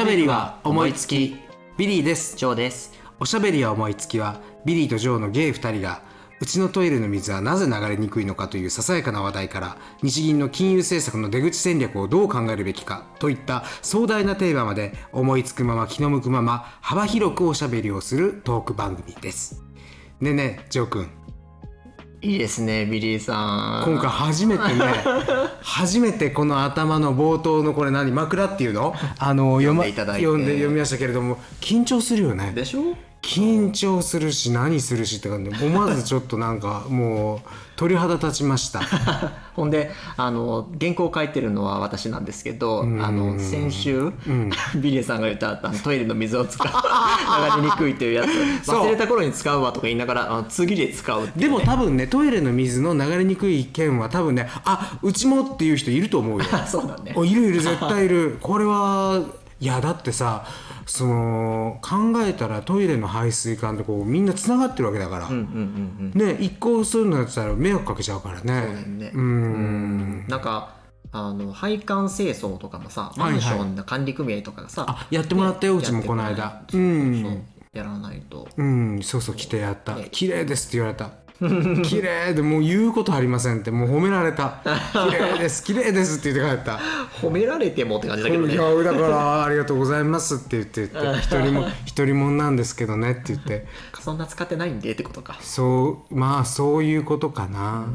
ゃべりは思いつきビリーですジョーです。おしゃべりは思いつきはビリーとジョーのゲイ2人がうちのトイレの水はなぜ流れにくいのかというささやかな話題から日銀の金融政策の出口戦略をどう考えるべきかといった壮大なテーマまで思いつくまま気の向くまま幅広くおしゃべりをするトーク番組です。ねえねえジョーくんいいですね、ビリーさん。今回初めて ね初めてこの頭の冒頭のこれ何枕っていうのあの読,、んでいただいて読んで読みましたけれども緊張するよねでしょ緊張するし何するしって感じで思わずちょっとなんかもう鳥肌立ちましたほんであの原稿を書いてるのは私なんですけどあの先週、ビリーさんが言ったあのトイレの水を使う 流れにくいというやつそう忘れた頃に使うわとか言いながらあの次で使うって いでうね、も多分ねトイレの水の流れにくい件は多分ねあうちもっていう人いると思うよそうだねおいるいる絶対いるこれはいやだってさその考えたらトイレの排水管ってこうみんなつながってるわけだから、うんうんね一向そういうのやってたら迷惑かけちゃうからねそうだよねんうんなんかあの配管清掃とかもさはマいはいンションの管理組合とかがさ、あやってもらったよ、ねうちもこのや間ってうもらったそんうそうやらないとうん、そうそう来てやったね綺麗ですって言われた綺麗でもう言うことありませんってもう褒められた綺麗です綺麗ですって言って帰った褒められてもって感じだけどいねやだからありがとうございますって言って言って一人も一人もんなんですけどねって言ってそんな使ってないんでってことかそうまあそういうことかな、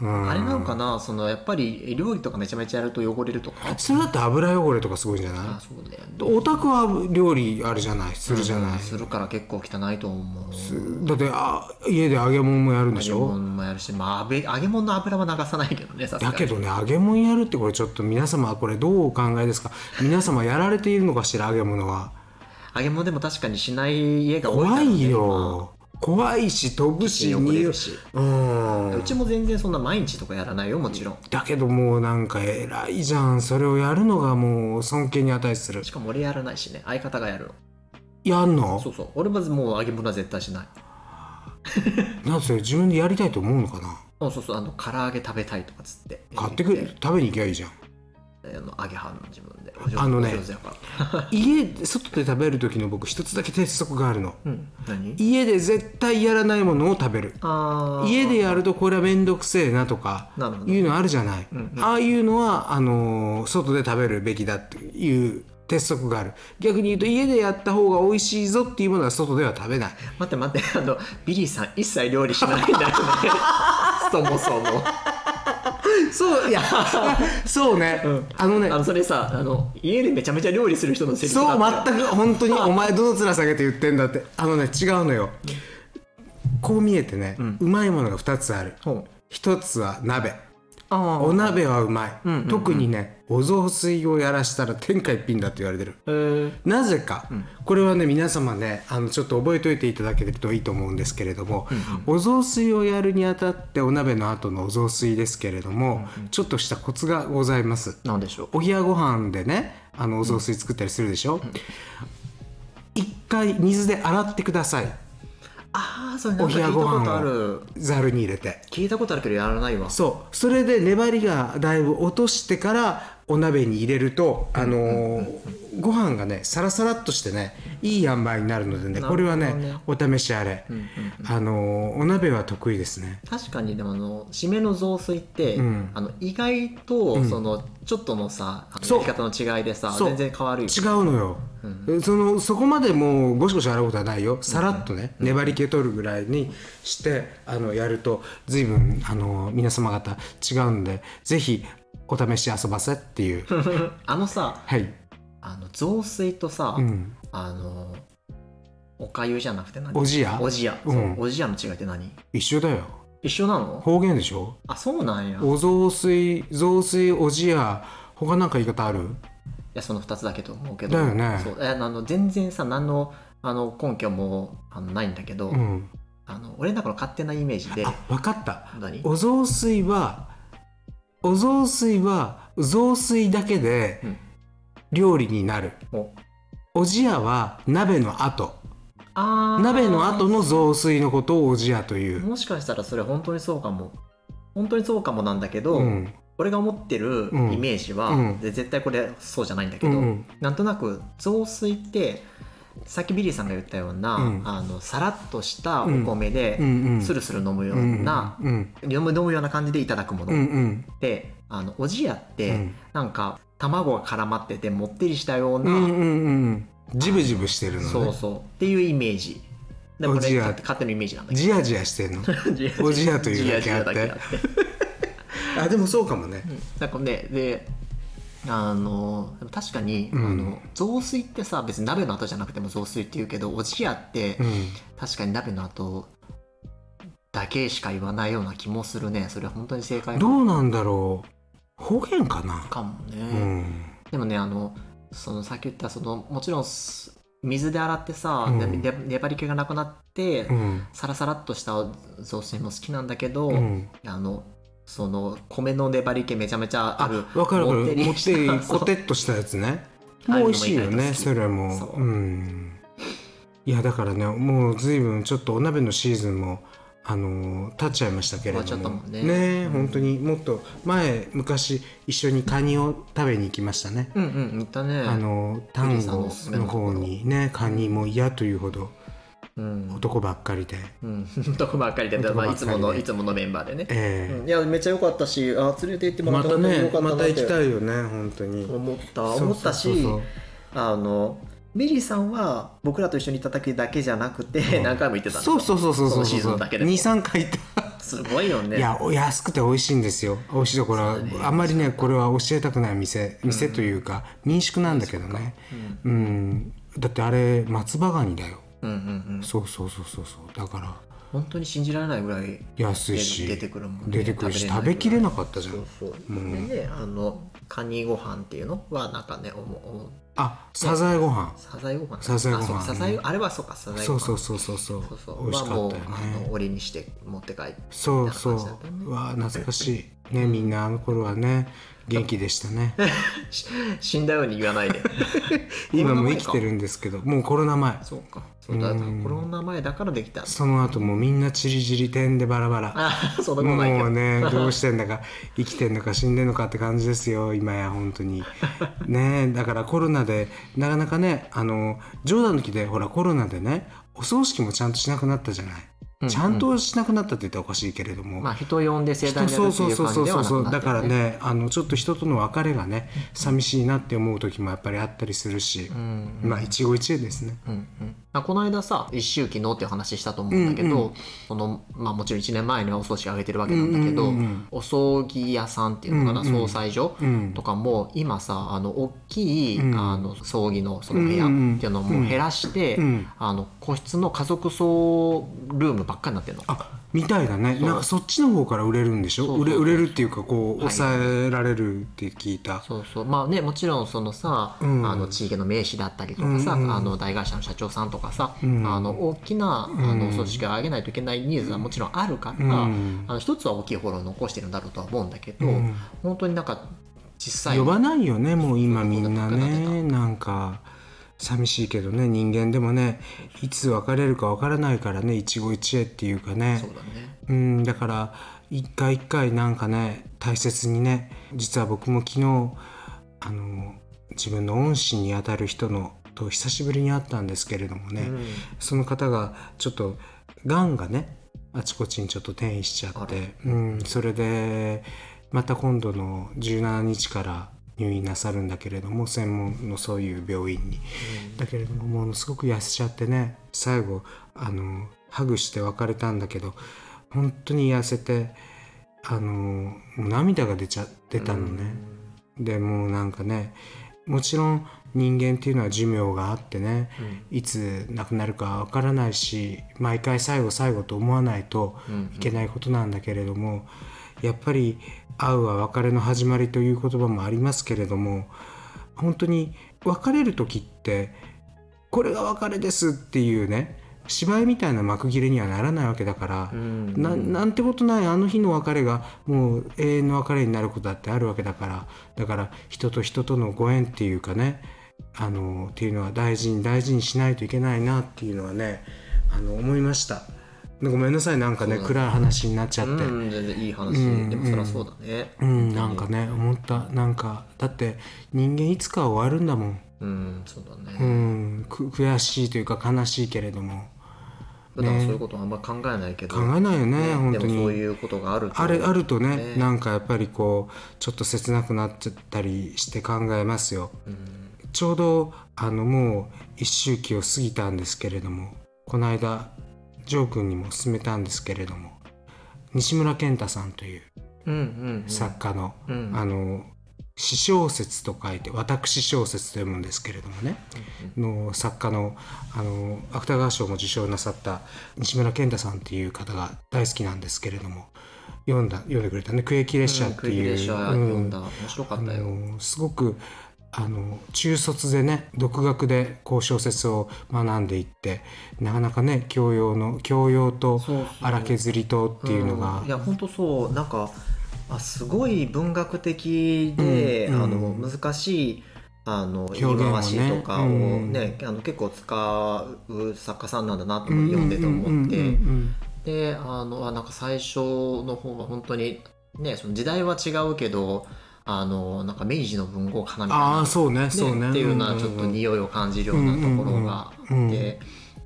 うん、あれなのかなそのやっぱり料理とかめちゃめちゃやると汚れるとかそれだって油汚れとかすごいんじゃあなそうだよねいお宅は料理あるじゃないするじゃない、するから結構汚いと思うだってあ家で揚げ物もやるんでし揚げょ物もやるし、まあ、揚げ揚げ物の油は流さないけどねさすがにだけどね揚げ物やるってこれちょっと皆様これどうお考えですか皆様やられているのかしら揚げ物は揚げ物でも確かにしない家が多いから怖ねいよ怖いし飛ぶし今汚れる匂しいううんちも全然そんな毎日とかやらないよもちろんだけどもうなんか偉いじゃんそれをやるのがもう尊敬に値するしかも俺やらないしね相方がやるやんののそうそう俺まずもう揚げ物は絶対しないなんでそれ自分でやりたいと思うのかなそうそうそうあの唐揚げ食べたいとかっつって買ってくる食べに行きゃいいじゃんあの揚げはんの自分でお上手あのねお上手やから家で外で食べる時の僕一つだけ鉄則があるのうん何家で絶対やらないものを食べるあー家でやるとこれは面倒くせえなとかなるほどいうのあるじゃない、うんうんああいうのはあのー外で食べるべきだっていう鉄則がある逆に言うと家でやった方が美味しいぞっていうものは外では食べない待って待ってあ のビリーさん一切料理しないんだよ ねそもそもそういや そうね、うんあのねあのそれさあの家でめちゃめちゃ料理する人のセリフそうだった全く本当にお前どの面下げて言ってんだってあのね違うのよこう見えてね、うまいものが2つあるほう1つは鍋ああお鍋はうまい、んうんうん特にねお雑炊をやらしたら天下一品だって言われてるえーなぜか、これはね皆様ねあのちょっと覚えておいていただけるといいと思うんですけれども、お雑炊をやるにあたってお鍋の後のお雑炊ですけれども、ちょっとしたコツがございます。なんでしょうお冷やご飯でねあのお雑炊作ったりするでしょ、一回水で洗ってくださいああそれなんおか冷聞いやたごことあ飯るをざるに入れて聞いたことあるけどやらないわそうそれで粘りがだいぶ落としてからお鍋に入れると、あのーご飯がねサラサラっとしてねいい塩梅になるのでなねるこほれどはねねお試しあれ、あのーお鍋は得意ですね確かにでもあの締めの雑炊って、んあの意外と、そのちょっとのさあそのうやり方の違いでさそう全然変わるよ違うのよ、そのそこまでもうゴシゴシ洗うことはないよさらっとね、粘り気取るぐらいにしてあのやると随分あの皆様方違うんでぜひお試し遊ばせっていう あのさはい、あの雑炊とさ、うん、あのおかゆじゃなくて何おじやおじや、うんそうおじやの違いって何一緒だよ一緒なの方言でしょあそうなんやいお雑炊雑炊おじや他なんか言い方あるやその2つだけと思うけどだよねそうえあの全然さ何のあの根拠もあのないんだけど、うんあの俺の中の勝手なイメージであ分かった何お雑炊はお雑炊は雑炊だけでうん料理になる、おおじやは鍋の後あー鍋の後の雑炊のことをおじやという、もしかしたらそれ本当にそうかも本当にそうかもなんだけど、うん俺が思ってるうんイメージは、うんで絶対これそうじゃないんだけど、うんうんなんとなく雑炊ってさっきビリーさんが言ったような、うんあのさらっとしたお米で、うんうんスルスル飲むよううんな、うん飲む飲むような感じでいただくもの、うんうんであのおじやっうて、んなんか卵が絡まっててもってりしたよううな、んうんうんジブジブしてるのそうねそうっていうイメージでもおじ俺や勝手のイメージなんだけジヤジヤ してるのどおじやというだけあっておじやだけあってあでもそうかもねなんかねであのでも確かに、うんあの雑炊ってさ別に鍋の後じゃなくても雑炊って言うけどおじやって、うん確かに鍋の後だけしか言わないような気もするねそれは本当に正解かどもうなんだろう方言かなかもね、うんでもねあのそのさっき言ったそのもちろんす水で洗ってさ、うんでで粘り気がなくなって、うんサラサラっとした雑炊も好きなんだけど、うんあのその米の粘り気めちゃめちゃあるあわかるわかる持りってりしたコテッとしたやつね ああいうものもう美味しいよ意外とね好きそれもそううんいやだからねもう随分ちょっとお鍋のシーズンもあのー経っちゃいましたけれども終わっちゃったもんねえうん本当にもっと前昔一緒にカニを食べに行きましたねうんうん言ったねあのー富丹士山の後の方にねカニも嫌というほどうん、男ばっかりでうん、 男ばっかりで、男まばあ、っかりいつでものいつものメンバーでね、ええうんいやめっちゃ良かったしあ連れて行ってもらまってたね本当にま良かたったな行きたっていよね本当に思ったそう思ったしそうそうそうあのメリーさんは僕らと一緒にいただけだけじゃなくて、うん何回も行ってたんだそうそうそうそそうそのうシーズンだけでも23回行ったすごいよねいやお安くて美味しいんですよ美味しいところは、そうだねあんまりねこれは教えたくない店店というか、民宿なんだけどねうん、だってあれ松葉ガニだようんうんうんそうそうそうそうそうだから本当に信じられないぐらい安いし出てくるもんね出てくるし食食べべききれれななかったじゃんそうそう、うんでねあのカニご飯っていうのはなんかねおもおもあサザエご飯サザエご飯サザエご飯あそうサザエあれはそうかサザエごそう飯そうそうそうそうそうそう美味しはかもうったよあのね折りにして持って帰って そうそみたいな感じだったよねううわ懐かしいねみんなあの頃はね元気でしたねし死んだように言わないで 今も生きてコロナ前かるんですけどもうコロナ前そうかそうだ、うんコロナ前だからできたその後もうみんなチリチリ点でバラバラあ そんなことないけもどうねどうしてんだか生きてんのか死んでんのかって感じですよ今や本当にねえだからコロナでなかなかねあの冗談抜きでほらコロナでねお葬式もちゃんとしなくなったじゃない、うんちゃんとしなくなったって言ったらおかしいけれども、まあ人呼んで盛人大にやるそうってそういうそ感うそじうでそはうなくなだったかよらねあのちょっと人との別れがね寂しいなって思う時もやっぱりあったりするしう、んまあ一期一会ですねうんうんあ、この間さ一周忌のっていう話したと思うんだけど、うんうそのまあ、もちろん1年前にはお葬式あげてるわけなんだけど、うんうんうんうんお葬儀屋さんっていうのかな、うんうん葬祭所うんとかも今さあの大きい、うんあの葬儀のその部屋っていうのをもう減らして、うんあの個室の家族葬ルームばっかりになってるの。あみたいだねそうなんかそっちの方から売れるんでしょそうそう売れそう売れるっていうかこうはい抑えられるって聞いた、そうそうまあねもちろんそのさ、うんあの地域の名士だったりとかさ、うんうんあの大会社の社長さんとかさ、うんあの大きなんあの組織を上げないといけないニーズはもちろんあるから、うんあの一つは大きいフォローを残してるんだろうとは思うんだけど、うん本当になんか実際呼ばないよねもう今みんなそうそうそうねなんか寂しいけどね人間でもねいつ別れるか分からないからね一期一会っていうかねそうだねうんだから一回一回なんかね大切にね実は僕も昨日あの自分の恩師にあたる人のと久しぶりに会ったんですけれどもね、うんその方がちょっとがんがねあちこちにちょっと転移しちゃっあて、うん、それでまた今度の17日から入院なさるんだけれども専門のそういう病院にだけれどもものすごく痩せちゃってね最後あのハグして別れたんだけど本当に痩せてあの涙が出ちゃ出たのね。でもうなんかねもちろん人間っていうのは寿命があってね、いつ亡くなるかわからないし毎回最後最後と思わないとうんいけないことなんだけれども、やっぱり「会うは別れの始まり」という言葉もありますけれども本当に別れる時ってこれが別れですっていうね芝居みたいな幕切れにはならないわけだから、うんななんてことないあの日の別れがもう永遠の別れになることだってあるわけだからだから人と人とのご縁っていうかねあのっていうのは大事に大事にしないといけないなっていうのはねあの思いましたごめんなさいなんかねそうだね暗い話になっちゃって、うん、全然いい話、うんでもそりゃそうだねうん、なんかね思ったなんかだって人間いつか終わるんだもん、うんそうだね、うん、く悔しいというか悲しいけれども普段そういうことあんま考えないけど考えないよね本で当もそうにいうことがあるとあれあるとねなんかやっぱりこうちょっと切なくなっちゃったりして考えますようんちょうどあのもう一周期を過ぎたんですけれどもこの間ジョー君にも勧めたんですけれども西村健太さんといううんうんうん作家の、うんあの私小説と書いて私小説と読むんですけれどもね、の作家のあの芥川賞も受賞なさった西村健太さんっていう方が大好きなんですけれども読んだ読んでくれたね「クエキレッシャー」ってクイズいでう、しょ読んだ面白かあったよ、のすごくあの中卒でね独学でこう小説を学んでいってなかなかね教養の教養とそうそう荒削りとっていうのが、んいや本当そうなんかあすごい文学的で、うんあうんの難しいあの表現言をいね回しとかをうんね、あの結構使う作家さんなんだなとう読んでて思っうてんであのあなんか最初の方は本当にねその時代は違うけどあのなんか明治の文豪かなみたいあなあそうねそうねっていうのはちょっと匂いを感じるようなところがあって、うんうんうん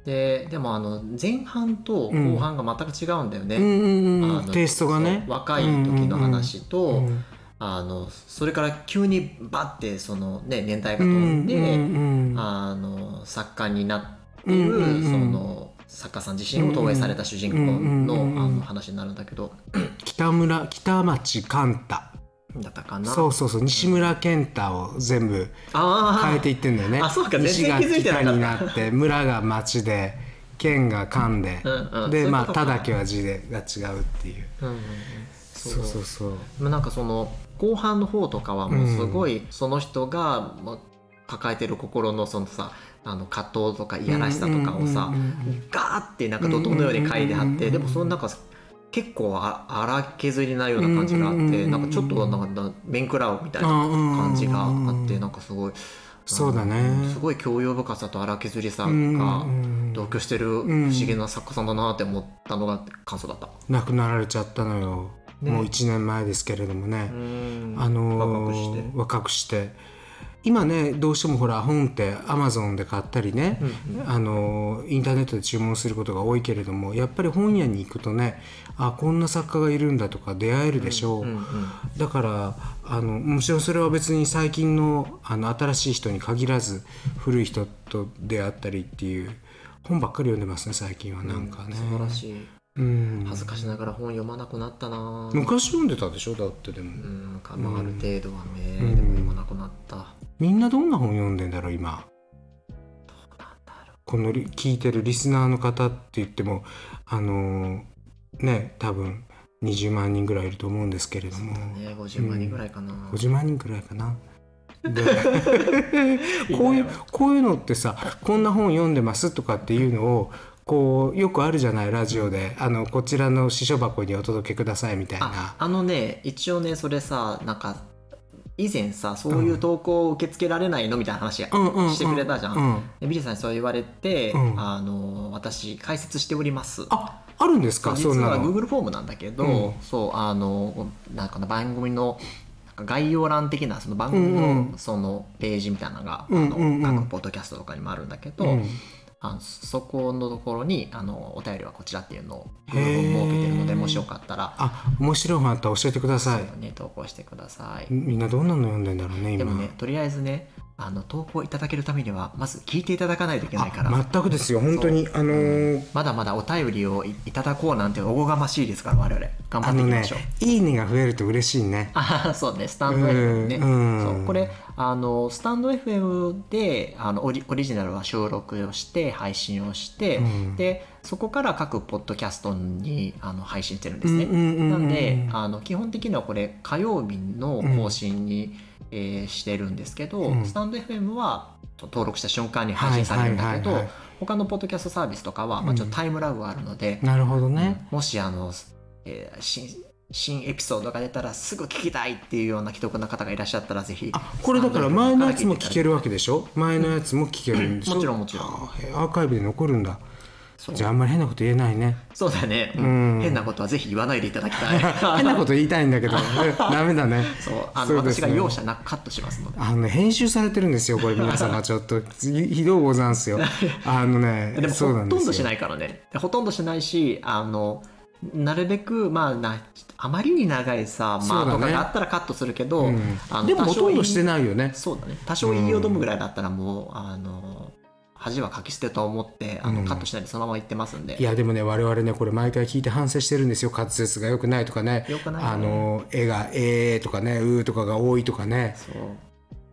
ででもあの前半と後半が全く違うんだよね。うんうんうんうんあのテイストがねそう若い時の話と、うんうんあのそれから急にバッてその、ね、年代がう飛んんで、うんうんあの作家になっている、うんうんうんその作家さん自身を投影された主人公の,、うんうんうんあの話になるんだけど北村北町寛太だったかなそうそうそう西村健太を全部あー変えていってんだよねあそうか西全が然気づいてなかっ北たになって村が町で県が官で、うんうんでそういうことかまあ「た」だけは字でが違うっていううんうんうんそうそうそうまあなんかその後半の方とかはもうすごいその人が、まあ、抱えてる心のそのさあの葛藤とかいやらしさとかをさ、うんうんガーってなんか怒涛のように書いてあうんうっんうんうんうんてでもそのなんか結構あ荒削りなような感じがあっうんうんうんうてんなんかちょっとなんか面食らうみたいなうん感じがうんうんうんあうっんてなんかすごいそうだねうんすごい教養深さと荒削りさうんうんがうん同居してる不思議な作家さんだなって思ったのが感想だった。亡くなられちゃったのよ、ねもう1年前ですけれどもね、うんあの若くーして若くして今ねどうしてもほら本ってアマゾンで買ったりね、あのーインターネットで注文することが多いけれどもやっぱり本屋に行くとねあこんな作家がいるんだとか出会えるでしょう、うんうんだからあのもちろんそれは別に最近のあの新しい人に限らず古い人と出会ったりっていう本ばっかり読んでますね最近はなんかね、素晴らしいうん恥ずかしながら本読まなくなったな昔読んでたでしょだってでうも、んなんかまあある程度はね、うんでも読まなくなった。みんなどんな本読んでんだろう今このリ聞いてるリスナーの方って言ってもあのーね多分20万人ぐらいいると思うんですけれども、ね、50万人ぐらいかな。 50万人ぐらいかな。 でこういうこういうのってさこんな本読んでますとかっていうのをこうよくあるじゃないラジオであのこちらの私書箱にお届けくださいみたいあな。あのね一応ねそれさなんか以前さそういう投稿を受け付けられないのみたいな話、うんうんうんしてくれたじゃんうんでビリーさんにそう言われて、うんあの私解説しておりますああるんですか実そんなはの。 Google フォームなんだけど、うんそうあのなんかな番組のなんか概要欄的なその番組うのんうそのページみたいなのが、うんうんうんあの各ポッドキャストとかにもあるんだけど、うんあのそこのところにあのお便りはこちらっていうのをへ Google ーフォーム設けてるのでもしよかったらあ面白い本あったら教えてください。ね、投稿してください。みんなどんなの読んでんだろうね今。でもね、とりあえずね、あの投稿いただけるためには、まず聞いていただかないといけないから、あ全くですよ本当にあのーまだまだお便りをいいただこうなんておこがましいですから、我々、頑張あっていのきねましょう。いいねが増えると嬉しいね。あーそうね、スタンド FM ね。うんそうこれあの、スタンド FM であのオリオリジナルは収録をして、配信をして、うんでそこから各ポッドキャストにあの配信してるんですね。うんうんうんうんなんであの、基本的にはこれ、火曜日の更新に、えーしてるんですけど、うんスタンド FM は登録した瞬間に配信されるんだけど、はいはいはいはい他のポッドキャストサービスとかは、まあ、ちょっとタイムラグがあるので、なるほどね。もしあの、えー新新エピソードが出たらすぐ聞きたいっていうような既得な方がいらっしゃったらぜひあこれだから前のやつも聞けるるわけでしょ前のやつも聞けるんでしょもちろんもちろんあへアーカイブで残るんだそうじゃああんまり変なこと言えないね そうだね、ううんん、変なことはぜひ言わないでいただきたい変なこと言いたいんだけど ダメだね そうあのそうです私ねが容赦なくカットしますのであのね編集されてるんですよこれ皆さんがちょっとひひどいござ んすよあのねでもそうなほんとですんよどしないからねほとんどしないしあのなるべくまあなあまりに長いさそうまだあとねかがあったらカットするけど、うんあのでも多ほ少とんどしていないよねそうだね多少言いよどむぐらいだったらもう、あの恥はかき捨てと思ってあうんのカットしないでそのまま言ってますんで、いやでもね我々ねこれ毎回聞いて反省してるんですよ滑舌が良くないとかね良くないよねあの絵が「えー」とかね「うー」とかが多いとかねそう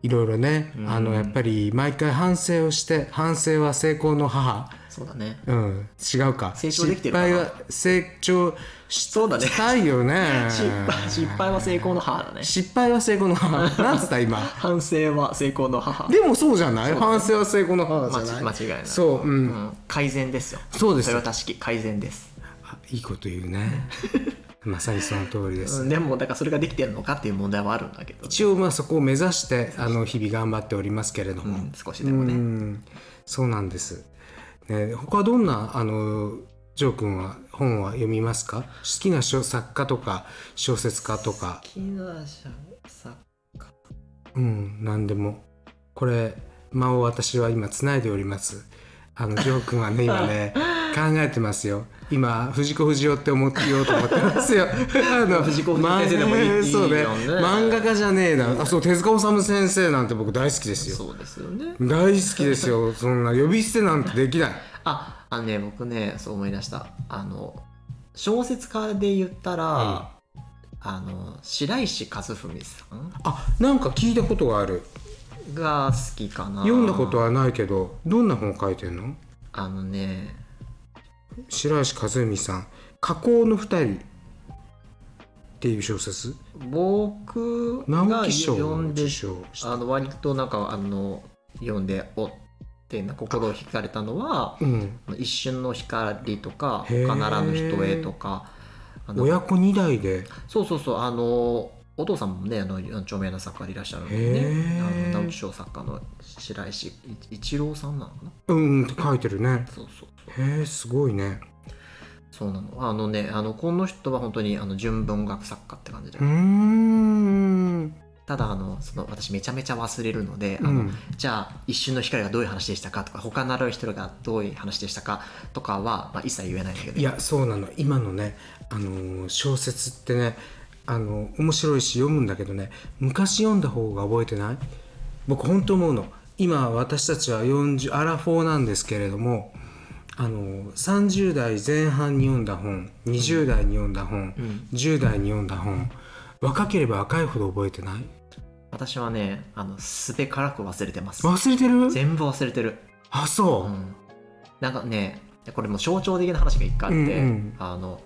いろいろね、うんあのやっぱり毎回反省をして反省は成功の母そうだねうん違うか成長できてるかな失敗は成長しそうだねしたいよね失敗失敗は成功の母だね失敗は成功の母なんつった今反省は成功の母でもそうじゃない、そうだね反省は成功の母じゃない間違いないそううん、うん改善ですよそうですよそれは確かに改善ですあいいこと言うね まさにその通りです、うんでもだからそれができてるのかっていう問題はあるんだけど、一応まあそこを目指してあの日々頑張っておりますけれどうも、ん、少しでもうねんそうなんです、ね、他どんなあのジョー君は本は読みますか好きな小作家とか小説家とか、木梨さんさうん、何でもこれ間を私は今つないでおりますあのジョー君はね今ね 考えてますよ今藤子不二雄って思ってようと思ってます よあの藤子不二雄先生でもいい漫画そうねいいよね漫画家じゃねえなあそう手塚治虫先生なんて僕大好きですよそうですよね大好きですよそんな呼び捨てなんてできないああのね僕ねそう思い出したあの小説家で言ったら、うんあの白石和文さんあなんか聞いたことがあるが好きかな読んだことはないけどどんな本書いてんのあのね白石和文さん「加工の二人」っていう小説僕直が木賞読をんで受賞したあの割となんかあの読んでおってな心を惹かれたのはうん「一瞬の光」とか「へー他ならぬ人へ」とかあの親子二代でそうそうそうあのお父さんもねあの著名な作家でいらっしゃるんでへねーあの直木賞作家の白石い一郎さんなのかなうんうんって書いてるねそうそうそうへえすごいねそうなのあのねあのこの人は本当にあの純文学作家って感じでうーんただあのその私めちゃめちゃ忘れるので、うあのんじゃあ一瞬の光がどういう話でしたかとか他ならぬ人がどういう話でしたかとかは、まあ、一切言えないんだけどいやそうなの今のね、あのー小説ってね、あのー面白いし読むんだけどね昔読んだ方が覚えてない僕本当思うの今私たちは40アラフォーなんですけれども、あのー30代前半に読んだ本20代に読んだ本、うん10代に読んだ本若ければ若いほど覚えてない私はねあのすべからく忘れてます忘れてる全部忘れてる、あそうう、ん、なんかねこれもう象徴的な話が一回あって、うんうんあの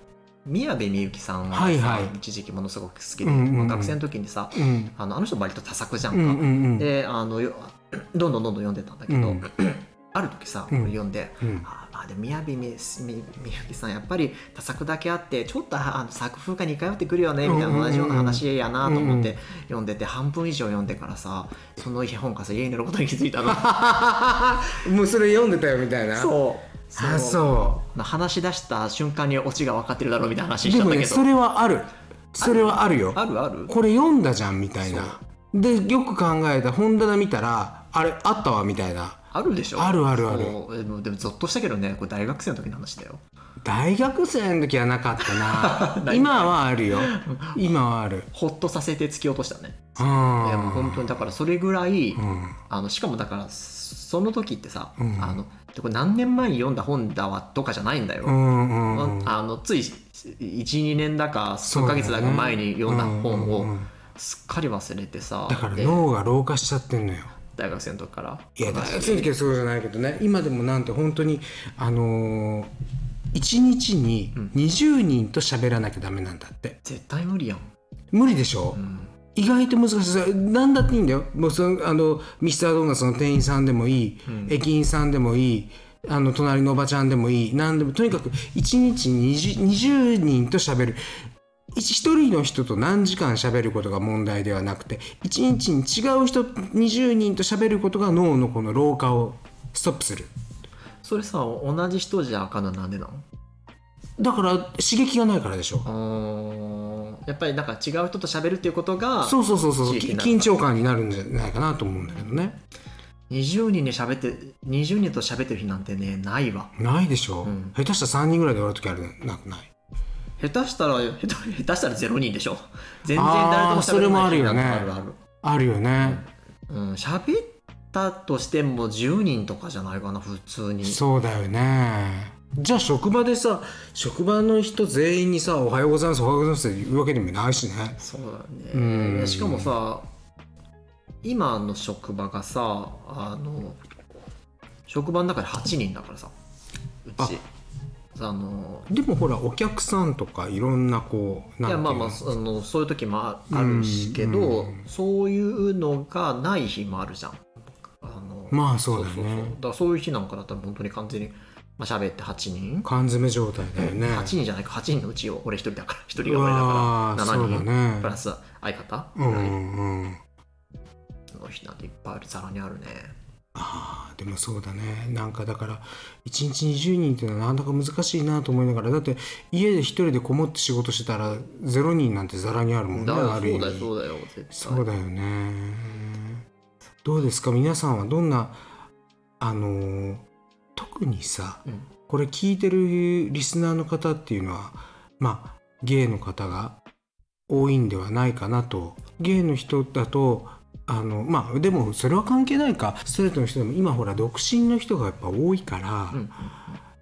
宮部みゆきさんはさ、はいはい一時期ものすごく好きで、うんうんうん学生の時にさうん、あのあの人割と多作じゃんうか、んうんうんであのよ どんどんどんどん読んでたんだけうど、ん ある時さ、うん読んでうんあーまあでも宮部みすみみゆきさんやっぱり多作だけあってちょっとああの作風が似通ってくるよねみたいうんうんうな同んじような話やなと思っうんて読んでて半分以上読んでからさその本がさ家にいることに気づい たのもうそれ読んでたよみたいなそうあそうう話し出した瞬間にオチが分かってるだろうみたいな話しちでゃっもたねけそどれはあるそれはあるよあるあるこれ読んだじゃんみたいなでよく考えた本棚見たらあれあったわみたいなあるでしょあるあるあるそうでもでもゾッとしたけどねこれ大学生の時の話だよ大学生の時はなかった なない今はあるよ今はあるほっとさせて突き落としたねういやんもう本当にだからそれぐらい、うんあのしかもだからその時ってさ、うんあのこれ何年前に読んだ本だわとかじゃないんだよ、うんうんうんあのつい12年だかそ数うだヶね月だか前に読んだうんうんう本をんすっかり忘れてさだからで脳が老化しちゃってんのよ大学生の時からいや大学生の時はそうじゃないけどね今でもなんて本当にあのー、1日に20人と喋らなきゃダメなんだって絶対無理やん、無理でしょ、うん意外と難しいそれ何だっていいんだよもうそのあのミスタードーナツの店員さんでもいい、うん駅員さんでもいいあの隣のおばちゃんでもいい何でもとにかく1日 20, 20人と喋る一一人の人と何時間喋ることが問題ではなくて一日に違う人20人と喋ることが脳のこの老化をストップするそれさ同じ人じゃあかんのなんでなだから刺激がないからでしょのあーやっぱりなんか違う人と喋るっていうことがそうそうそうそう刺激きになる緊張感になるんじゃないかなと思うんだけどね20人で喋って20人と喋ってる日なんてねないわないでしょ、うん下手したら3人ぐらいで終わる時あるなくない下手したら下手下手したら0人でしょ全然あ誰ーとも喋らない日なんてそれあもあるよねるあるあるよね、うん喋ったとしても10人とかじゃないかな普通にそうだよねじゃあ職場でさ職場の人全員にさ「おはようございますおはようございます」って言うわけにもないしねそううだんねしかもさ今の職場がさあの職場の中で8人だからさうちあのでもほらお客さんとかいろんなこういなやんていうまのあまあそあのそういう時もああるしけど、うんそういうのがない日もあるじゃんあのまあそうだよそねうだからそういう日なんかだったら本当に完全に、まあ喋って8人缶詰状態だよね8人じゃないか8人のうちを俺1人だから1人うが俺わだからーそ7うだ人、ねプラス相方うんぐらいうんうんの日なんていっぱいあるざらにあるねあーでもそうだねなんかだから1日20人っていうのはなんだか難しいなと思いながらだって家で一人でこもって仕事してたら0人なんてざらにあるもんねだからあそうるだ意よ味そうだよ絶対そうだよねどうですか皆さんはどんなあのー特にさうんこれ聞いてるリスナーの方っていうのはまあゲイの方が多いんではないかなとゲイの人だとあのまあでもそれは関係ないかストレートの人でも今ほら独身の人がやっぱ多いから、 うん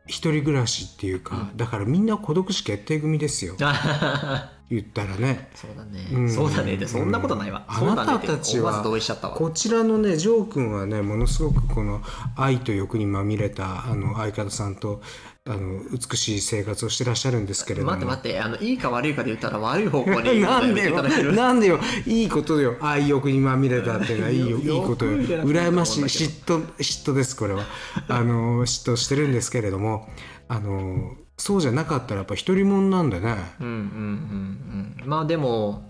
一人暮らしっていうか、うだからみんな孤独死決定組ですよあ言ったらねそうだね、うんそうだねってそんなことないわ、うんそうだねってあなたたちは思わず同意しちゃったわこちらのねジョー君はねものすごくこの愛と欲にまみれたあの相方さんとあの美しい生活をしてらっしゃるんですけれども待って待ってあのいいか悪いかで言ったら悪い方向に言う なのやんでめていただけよ、るなんでよ、いいことよ、愛欲にまみれたっていうのはいいよ、いいいやことよ、よく言うじゃな羨いましい、と嫉妬、嫉妬です、これは。あの、嫉妬してるんですけれども、あの、そうじゃなかったら、やっぱ一人もんなんでね、うんうんうんうんまあでも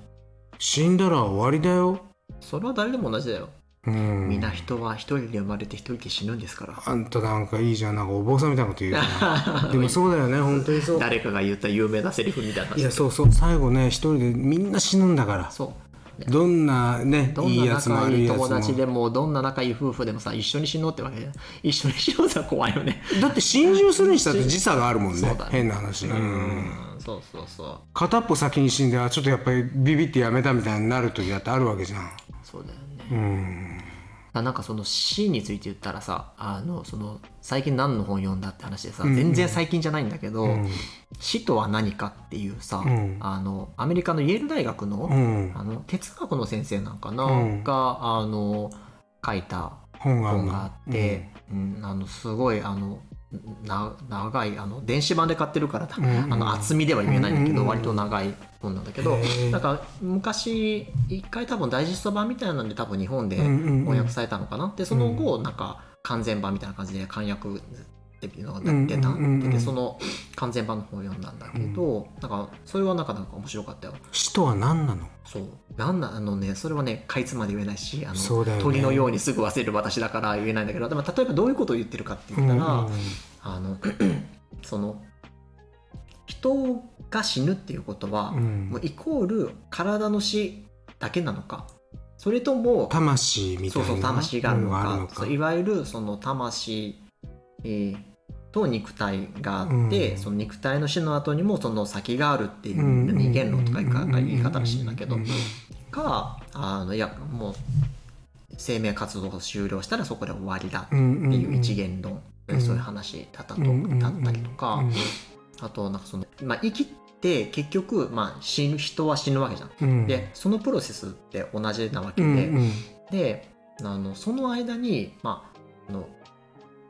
死んだら終わりだよ。それは誰でも同じだよ、うん。みんな人は一人で生まれて一人で死ぬんですから あんたなんかいいじゃん、なんかお坊さんみたいなこと言うよなでもそうだよね、本当にそう。誰かが言った有名なセリフみたいない話や、そうそう、最後ね、一人でみんな死ぬんだから。そうどんなね、どいんいなやつも仲悪いいいやつも。友達でもどんな仲いい夫婦でもさ一緒に死のうってわけじゃん一緒に死のうって怖いよねだって心中するにしたって時差があるもんねそうだね変な話、うんうんそうそうそう片っぽ先に死んであちょっとやっぱりビビってやめたみたいになる時だってあるわけじゃんそうだよねうんあなんかその死について言ったらさあのその最近何の本読んだって話でさ全然最近じゃないんだけど、うん死とは何かっていうさ、うんあのアメリカのイェール大学の,、うんあの哲学の先生なんかな、うんがあの書いた本がある本のがあって、うんあのすごいあのな長いあの電子版で買ってるからだ、うんうんあの厚みでは言えないんだけど、うんうん割と長い本なんだけどへーなんか昔一回多分ダイジェスト版みたいなんで多分日本でうんうんうん翻訳されたのかな、でその後なんか完全版みたいな感じで簡約っていうのが出たうんうんうんうんでその完全版の本を読んだんだけど、なんかそれはなかなか面白かったよ死とは何なのそうなんなんあのねそれはねかいつまで言えないしあのそうだよね鳥のようにすぐ忘れる私だから言えないんだけどでも例えばどういうことを言ってるかって言ったら、うんあの その人が死ぬっていうことは、うんもうイコール体の死だけなのかそれとも魂みそたいうなそう魂があるのもかあるのかそういわゆるその魂、えーと肉体があって、うんその肉体の死の後にもその先があるっていううん二元論とかいうかうん言い方らしいんだけどうんかあのいやもう生命活動が終了したらそこで終わりだうんっんていう一元論、うんそういう話だったと、うんだったりとか、うんあとなんかその、まあ、生きて結局、まあ、死ぬ人は死ぬわけじゃん。うんでそのプロセスって同じなわけうで、んうんであのその間にまああの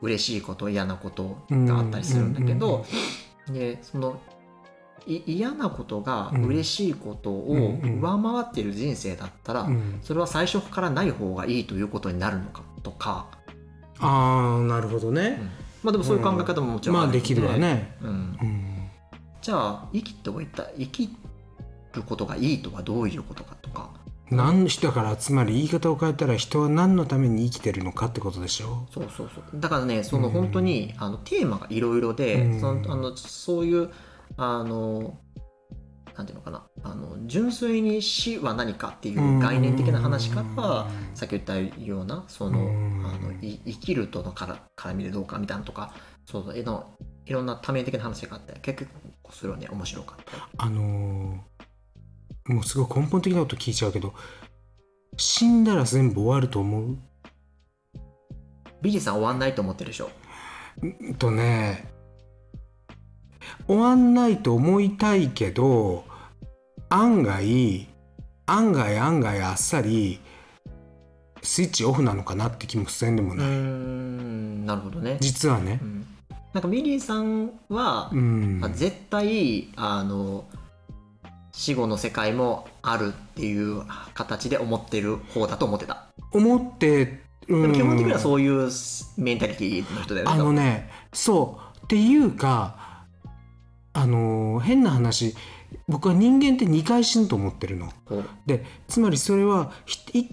嬉しいこと嫌なことがあったりするんだけど、でそのい嫌なことが嬉しいことを上回ってる人生だったら、うんそれは最初からない方がいいということになるのかとか、ああなるほどうね、んまあでもそういう考え方ももちろんまあるのできるわね、うんうんじゃあ生きておいた生きることがいいとはどういうことかとかなんだからつまり言い方を変えたら人は何のために生きてるのかってことでしょそうそうそうだからねその本当に、あのテーマがいろいろで、うんそのあのそういうあのなんていうのかなあの純粋に死は何かっていう概念的な話から、さっき言ったようなその,、うんあのい生きるとのから絡みでどうかみたいなのとかそうそうえのいろんな多面的な話があって結構それはね面白かったよあのーもうすごい根本的なこと聞いちゃうけど死んだら全部終わると思うビリーさん終わんないと思ってるでしょうんとね終わんないと思いたいけど案外案外案外あっさりスイッチオフなのかなって気もせんでもうーない、んなるほどね、実はねう、ん、なんかビリーさんはう、んあ絶対あの死後の世界もあるっていう形で思ってる方だと思ってた思って、うんでも基本的にはそういうメンタリティの人だよねあ多の分ねそうっていうかあのー変な話僕は人間って2回死ぬと思ってるの。こうでつまりそれは1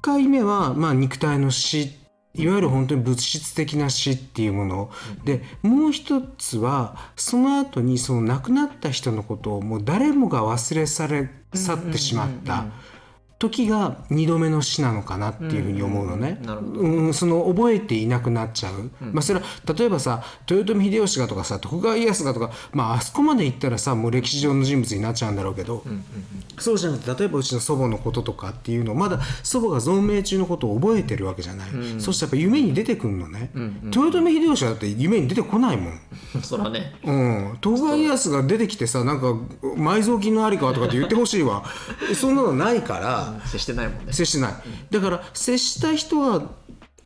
回目は、まあ、肉体の死いわゆる本当に物質的な死っていうものうんでもう一つはその後にその亡くなった人のことをもう誰もが忘れ去れ去ってしまった時が2度目の死なのかなっていうふうに思うのね。うんうんうんなるほどうん、その覚えていなくなっちゃう、うんまあ、それは例えばさ豊臣秀吉がとかさ徳川家康がとか、まあ、あそこまで行ったらさもう歴史上の人物になっちゃうんだろうけど、うんうんそうじゃなくて例えばうちの祖母のこととかっていうのをまだ祖母が存命中のことを覚えてるわけじゃない、うんそしてやっぱ夢に出てくるのね、うんうんうん豊臣秀吉はだって夢に出てこないもん、うんそれはねうん、徳川家康が出てきてさなんか埋蔵金のありかとかって言ってほしいわそんなのないから、接してないもんね接してないだから接した人は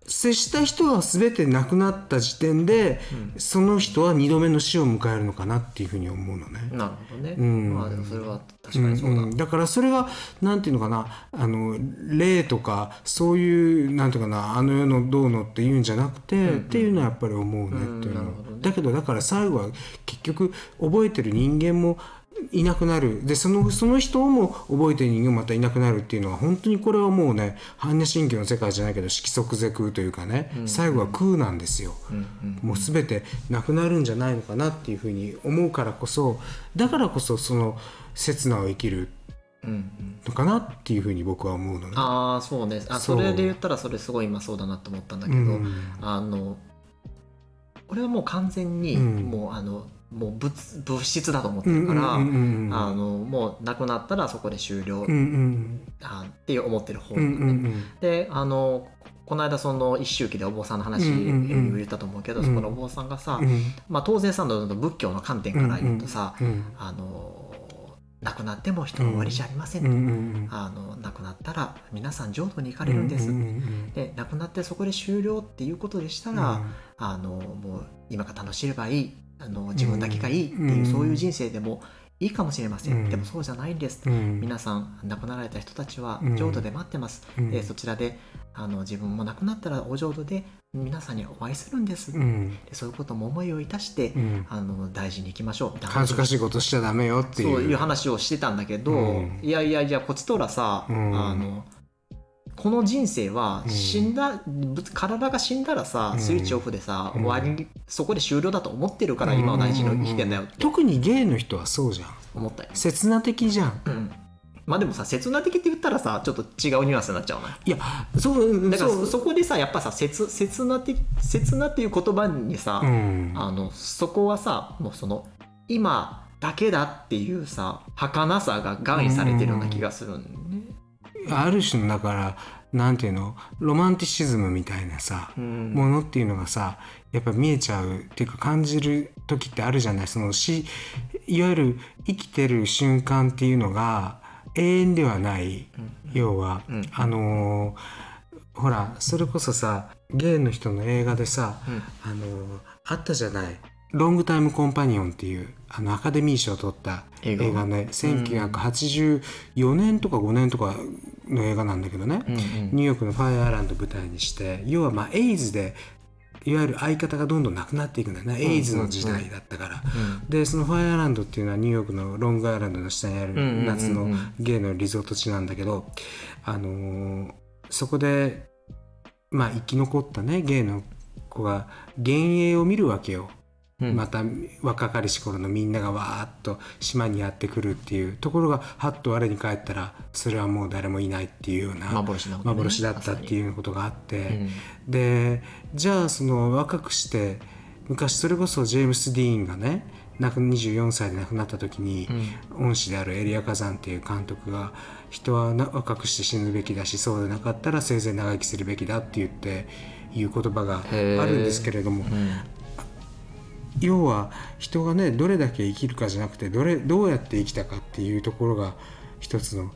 接した人は全て亡くなった時点で、その人は2度目の死を迎えるのかなっていうふうに思うのね。なるほどね、んまあでもそれは確かにそうだ、んんだからそれがなんていうのかなあの霊とかそういうなんていうかなあの世のどうのっていうんじゃなくて、っていうのはやっぱり思うねっていうのうんなは、るほどねだけどだから最後は結局覚えてる人間もいなくなるでそのその人も覚えてる人間もまたいなくなるっていうのは本当にこれはもうね般若心経の世界じゃないけど色即是空というかね、最後は空なんですよ。うんうんもう全てなくなるんじゃないのかなっていうふうに思うからこそだからこそその刹那を生きるうんうんのかなっていうふうに僕は思うのね。ああそうねあそうそれで言ったらそれすごい今そうだなと思ったんだけうど、んあのこれはもう完全に、うんもうあのもう物物質だと思ってうるんから、うんうんうんあのもうなくなったらそこで終了、うんうんあって思ってる方、うんうんうんであのこの間その一周期でお坊さんの話うんうんうん言ったと思うけど、うんそこのお坊さんがさ、うんまあ、当然さの仏教の観点から言うとさ、うんあの亡くなっても人は終わりじゃありませんうと、んうんあの亡くなったら皆さん浄土に行かあれるんです、うんうんで亡くなってそこで終了っていうことでしたうんら、あのもう今が楽しめばいいあの自分だけがいいっていう、うんそういう人生でもいいかもしれません、うんでもそうじゃないんです、うん皆さん亡くなられた人たちはうん浄土で待ってます、うんでそちらであの自分も亡くなったらお浄土で皆さんにお会いするんです、うんでそういうことも思いをいたして、うんあの大事に行きましょうって恥ずか話をしいことしちゃダメよっていそうういう話をしてたんだけど、うんいやいやいやこっちとらさ、うんあのこの人生はうん死んだ、ぶ体が死んだらさ、うんスイッチオフでさ、うん終わりそこで終了だと思ってるから今は大事に生きてんだよって特にゲイの人はそうじゃん思ったよ、刹那的じゃんうんまあでもさ切な的って言ったらさちょっと違うニュアンスになっちゃうないやそうだからそそうそこでさやっぱさ切切な的切なっていう言葉にさ、うんあのそこはさもうその今だけだっていうさ儚さが含意されてるような気がするんだよね、ある種のだからなんていうのロマンティシズムみたいなさ、うんものっていうのがさやっぱ見えちゃうっていうか感じる時ってあるじゃないそのしいわゆる生きてる瞬間っていうのが永遠ではない、要は、うんあのーほらそれこそさゲイの人の映画でさ、うんあのーあったじゃない「ロングタイムコンパニオン」っていうあのアカデミー賞を取った映映画画ね1984年とか5年とかの映画なんだけどね、うんうんニューヨークのファイアアイランドを舞台にして要はまあエイズでいわゆる相方がどんどんなくなっていくんだよね、エイズの時代だったから、うんでそのファイアランドっていうのはニューヨークのロングアイランドの下にあるうんうんうんうん夏のゲイのリゾート地なんだけど、あのーそこで、まあ、生き残ったねゲイの子が幻影を見るわけよ、うんまた若かりし頃のみんながわーっと島にやってくるっていうところがはっと我に返ったらそれはもう誰もいないっていうような幻なことね幻だったってう、いうことがあって。うんでじゃあその若くして昔それこそジェームス・ディーンがね亡く24歳で亡くなった時に、恩師であるエリア・カザンっていう監督が人はな若くして死ぬべきだしそうでなかったら生前長生きするべきだって言っていう言葉があへーるんですけれどもうんうん要は人がねどれだけ生きるかじゃなくてどれどうやって生きたかっていうところが一つの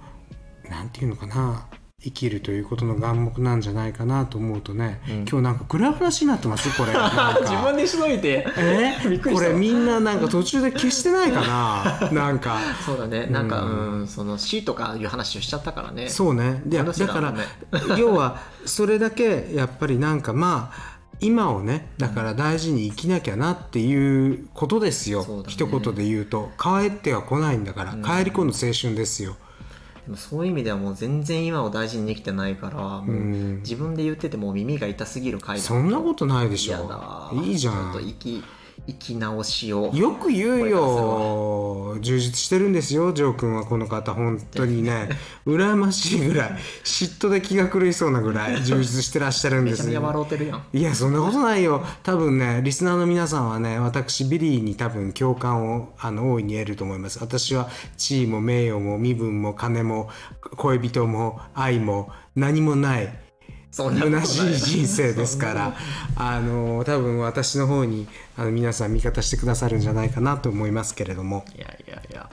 なんていうのかな生きるということの眼目なんじゃないかなと思うとね、うん今日なんか暗い話になってますこ れなんか自分でしといてえびっくりこしたれみんななんか途中で消してないかななんかそうだねなんか、ううんんその死とかいう話をしちゃったからねそうねでだ話だかもらんね要はそれだけやっぱりなんかまあ今をねだから大事に生きなきゃなっていうことですよ、そうだね一言で言うと帰っては来ないんだから、うん帰り込む青春ですよ、でもそういう意味ではもう全然今を大事にできてないからもううん自分で言っててもう耳が痛すぎる回だそんなことないでし嫌だょわいいじゃちょっとん生き生き直しをよく言うこよ充実してるんですよジョー君はこの方本当 にね羨ましいぐらい嫉妬で気が狂いそうなぐらい充実してらっしゃるんめでちゃすめちねゃ笑うてるやんいやそんなことないよ多分ねリスナーの皆さんはね私ビリーに多分共感をあの大いに得ると思います私は地位も名誉も身分も金も恋人も愛も何もないそんなことな虚しい人生で すからあの多分私の方にあの皆さん味方してくださるんじゃないかなと思いますけれどもいやいやいや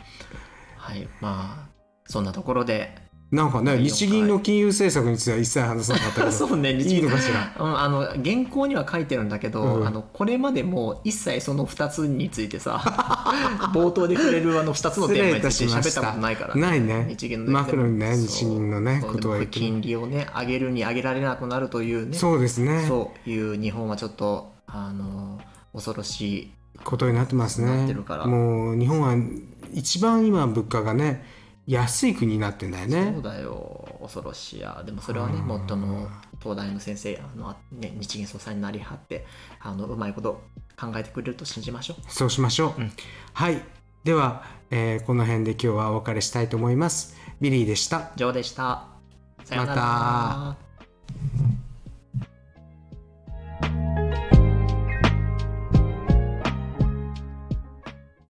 はいまあそんなところでなんかねはい日銀の金融政策については一切話さなかったけ どそうね いいのかしらうん、あの原稿には書いてるんだけど、うんあのこれまでも一切その2つについてさ 冒頭で触れるあの2つのテーマについて喋ったことないから、ないね日銀のマクロにねそう日銀のねそうことはで言っもて金る利をね上げるに上げられなくなるというねそうですねそういう日本はちょっとあの恐ろしいことになってますなっねてるからもう日本は一番今物価がね安い国になってんだよそうねだよ恐ろしいやでもそれはねうんもっとの東大の先生あの、ね、日銀総裁になりはってあのうまいこと考えてくれると信じましょうそうしましょう、うんはいでは、えーこの辺で今日はお別れしたいと思いますビリーでした以上でしたさようならま